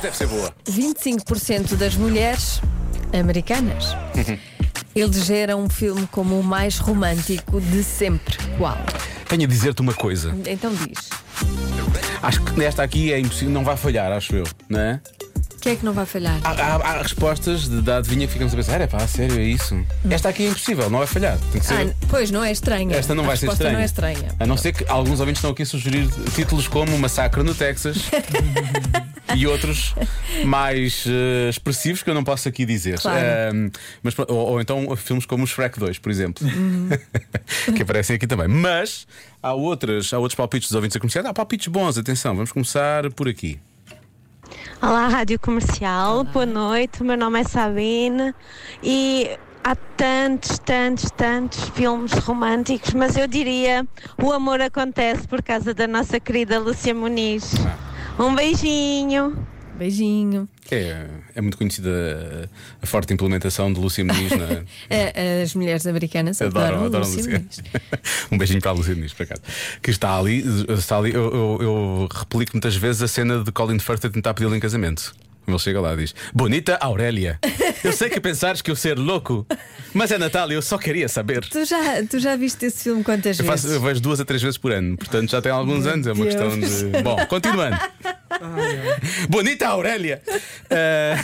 deve ser boa. 25% das mulheres americanas elegeram um filme como o mais romântico de sempre. Qual? Tenho a dizer-te uma coisa. Então diz. Acho que nesta aqui é impossível, não vai falhar, acho eu, não é? O que é que não vai falhar? Há, há- há respostas de, da adivinha que ficamos a pensar, é pá, a sério, é isso? Esta aqui é impossível, não vai falhar. Tem que ser. Ah, n- pois não é estranha. Esta não A vai ser resposta estranha. não é estranha. A não ser que alguns ouvintes estão aqui a sugerir títulos como Massacre no Texas e outros mais eh, expressivos que eu não posso aqui dizer. Claro. Ahm, mas, pro- ou, ou então filmes como o Shrek 2, por exemplo, Uhum. que aparecem aqui também. Mas há, outras, há outros palpites dos ouvintes a comerciais. Há palpites bons, atenção, vamos começar por aqui. Olá, Rádio Comercial, boa noite. O meu nome é Sabine e há tantos, tantos, tantos filmes românticos, mas eu diria o amor acontece por causa da nossa querida Lúcia Muniz. Um beijinho. Beijinho. É, é muito conhecida a- a forte implementação de Lúcia Muniz na, É, As mulheres americanas adoram, Adoram, o adoram Lúcio Lúcia. Muniz. um beijinho para a Lúcia Muniz, por acaso. Que está ali, está ali eu, eu, eu replico muitas vezes a cena de Colin Firth a tentar pedi-lo em casamento. Ele chega lá e diz: Bonita Aurélia, eu sei que pensares que eu ser louco, mas é Natal e eu só queria saber. Tu já, tu já viste esse filme quantas Eu, vezes? faço- eu vejo duas a três vezes por ano, portanto já tem alguns anos, é uma Deus. questão de. Bom, continuando. Bonita Aurélia! Ah. Eh,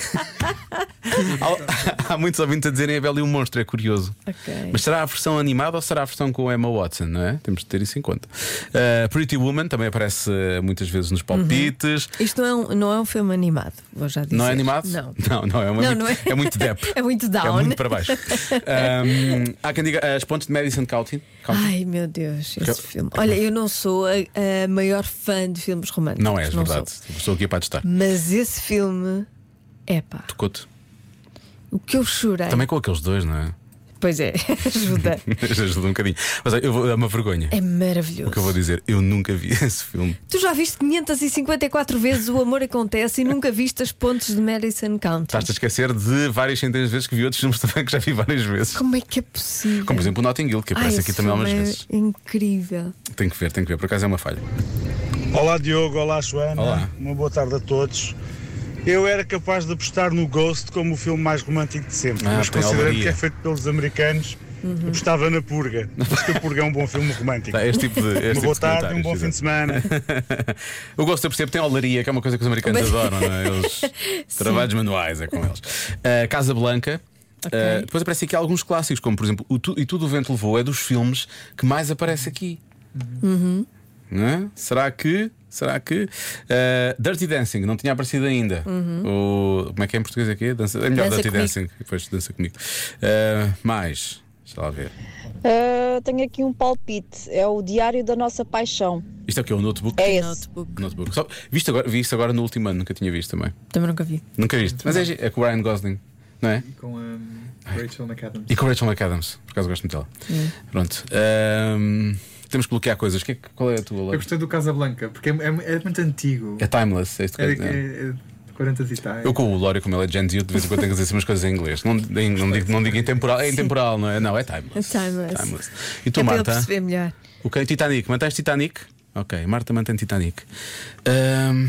há, há muitos ouvintes a dizerem a Bela e o Monstro, é curioso. Ok. Mas será a versão animada ou será a versão com Emma Watson, não é? Temos de ter isso em conta. Eh, Pretty Woman também aparece eh, muitas vezes Uhum. nos palpites. Isto não é, um, não é um filme animado, vou já dizer. Não é animado? Não. Não, não, é, uma- Não, não é. é muito dep. É muito down. É muito para baixo. Ahm, há quem diga eh, as pontes de Madison County. County. Ai meu Deus, esse Eu- filme. Olha, eu não sou a, a maior fã de filmes românticos. Não é, é verdade. sou. Estou aqui para testar. Mas esse filme, epá, Tocou-te. o que eu chorei. Também com aqueles dois, não é? Pois é, ajuda. Ajuda um bocadinho. Mas olha, eu vou, é uma vergonha. É maravilhoso. O que eu vou dizer, eu nunca vi esse filme. Tu já viste 554 vezes O Amor Acontece e nunca viste as pontes de Madison County. Estás-te a esquecer de várias centenas de vezes que vi outros filmes também que já vi várias vezes. Como é que é possível? Como por exemplo o Notting Hill, que Ai, aparece esse aqui também filme algumas é vezes. Incrível. Tem que ver, tem que ver, por acaso é uma falha. Olá Diogo, olá Joana, Olá. uma boa tarde a todos. Eu era capaz de apostar no Ghost como o filme mais romântico de sempre, Ah, mas tem considerando alvaria. que é feito pelos americanos, apostava na Purga. Porque a Purga é um bom filme romântico. Tá, Este tipo de. Este uma tipo boa de tarde, um bom fim de comentários, semana. exato. O gosto, eu percebo, tem olaria, que é uma coisa que os americanos Mas- adoram, não é? Eles. Trabalhos manuais, é com eles. Ah, Casa Blanca. Ok. Ah, depois aparece aqui alguns clássicos, como por exemplo o Tu- E Tudo o Vento Levou, é dos filmes que mais aparece aqui. Uhum. Não é? Será que. Será que. ah, Dirty Dancing, não tinha aparecido ainda. O, como é que é em português aqui? Dança, é melhor Uhum. Dança Dirty Comigo. Dancing, depois dança comigo. Ah, mais. Deixa lá ver. Ah, tenho aqui um palpite, é o Diário da Nossa Paixão. Isto é o que? É um notebook? É esse. Notebook. Notebook. Só, viste agora, vi isso agora no último ano, nunca tinha visto também. Também nunca vi. Nunca viste. Mas é, gi- é com o Ryan Gosling, não é? com a Rachel McAdams. E com o Rachel McAdams, por acaso gosto muito dela. Pronto. Ahm, temos que bloquear coisas. Que é que- qual é a tua? Eu Laura? gostei do Casablanca, porque é, é- é muito antigo. É timeless. É isto que É, é, de- é- é de 40 e tal. Eu com o Lório, como ele é Gen Z, eu de vez em quando tenho que dizer assim umas coisas em inglês. Não, em- não digo, não digo intemporal, é intemporal, não é? Não, é timeless. É timeless. E tu, é para eu Marta? perceber melhor. Ok, Titanic. Mantens Titanic? Ok, Marta mantém Titanic. Ahm,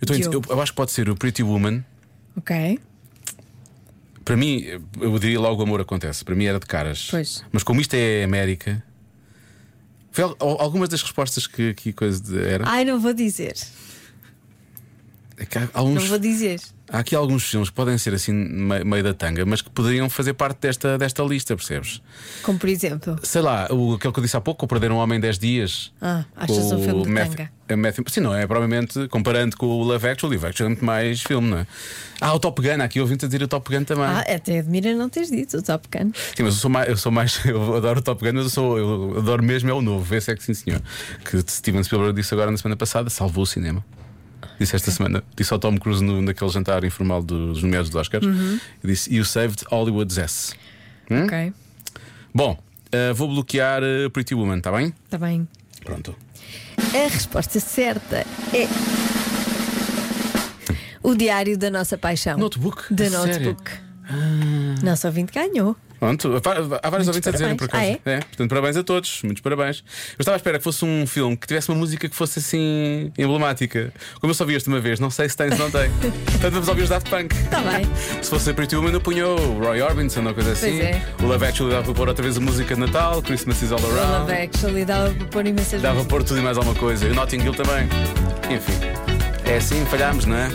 eu, tô em- Diogo. eu- eu acho que pode ser o Pretty Woman. Ok. Para mim, eu diria logo o amor acontece. Para mim era de caras. Pois. Mas como isto é América. Foi al- al- algumas das respostas que, que coisa de- era. Ai, não vou dizer. É que há, Não alguns- vou dizer. há aqui alguns filmes que podem ser assim, me- meio da tanga, mas que poderiam fazer parte desta, desta lista, percebes? Como por exemplo. Sei lá, o, aquele que eu disse há pouco, o Perder um Homem em 10 Dias. Ah, achas um filme de Matthew- tanga? é Matthew- sim, não, é provavelmente comparando com o Love Actually, Love Actually é muito mais filme, não é? Ah, o Top Gun, há aqui ouvinte a dizer o Top Gun também. Ah, até admira não teres dito, o Top Gun. Sim, mas eu sou mais, eu sou mais, eu adoro o Top Gun, mas eu sou, eu adoro mesmo é o novo, esse é que sim senhor. Que Steven Spielberg disse agora na semana passada, salvou o cinema. Disse esta semana, disse ao Tom Cruise no, naquele jantar informal dos nomeados dos Oscars, e disse You saved Hollywood's S. Hum? Ok. Bom, eh, vou bloquear eh, Pretty Woman, está bem? Está tá bem. Pronto. A resposta certa é. O Diário da Nossa Paixão. Notebook? De A sério? Ah. Notebook. Nosso ouvinte ganhou. Pronto, há va- há vários Muitos ouvintes a dizerem por acaso. parabéns. Ah, é? Portanto, parabéns a todos, muitos parabéns. Eu estava à espera que fosse um filme que tivesse uma música que fosse assim emblemática. Como eu só vi este uma vez, não sei se tem, se não tem. Portanto, vamos ouvir os Daft Punk. Está Tá bem. Se fosse a Pretty Woman, eu punha o Roy Orbison ou coisa assim. é. O Love Actually dava para pôr outra vez a música de Natal, Christmas is All O Around. Love Actually dava para pôr imensas Dava músicas. por tudo e mais alguma coisa. E o Notting Hill também. Enfim, é assim, falhámos, não é?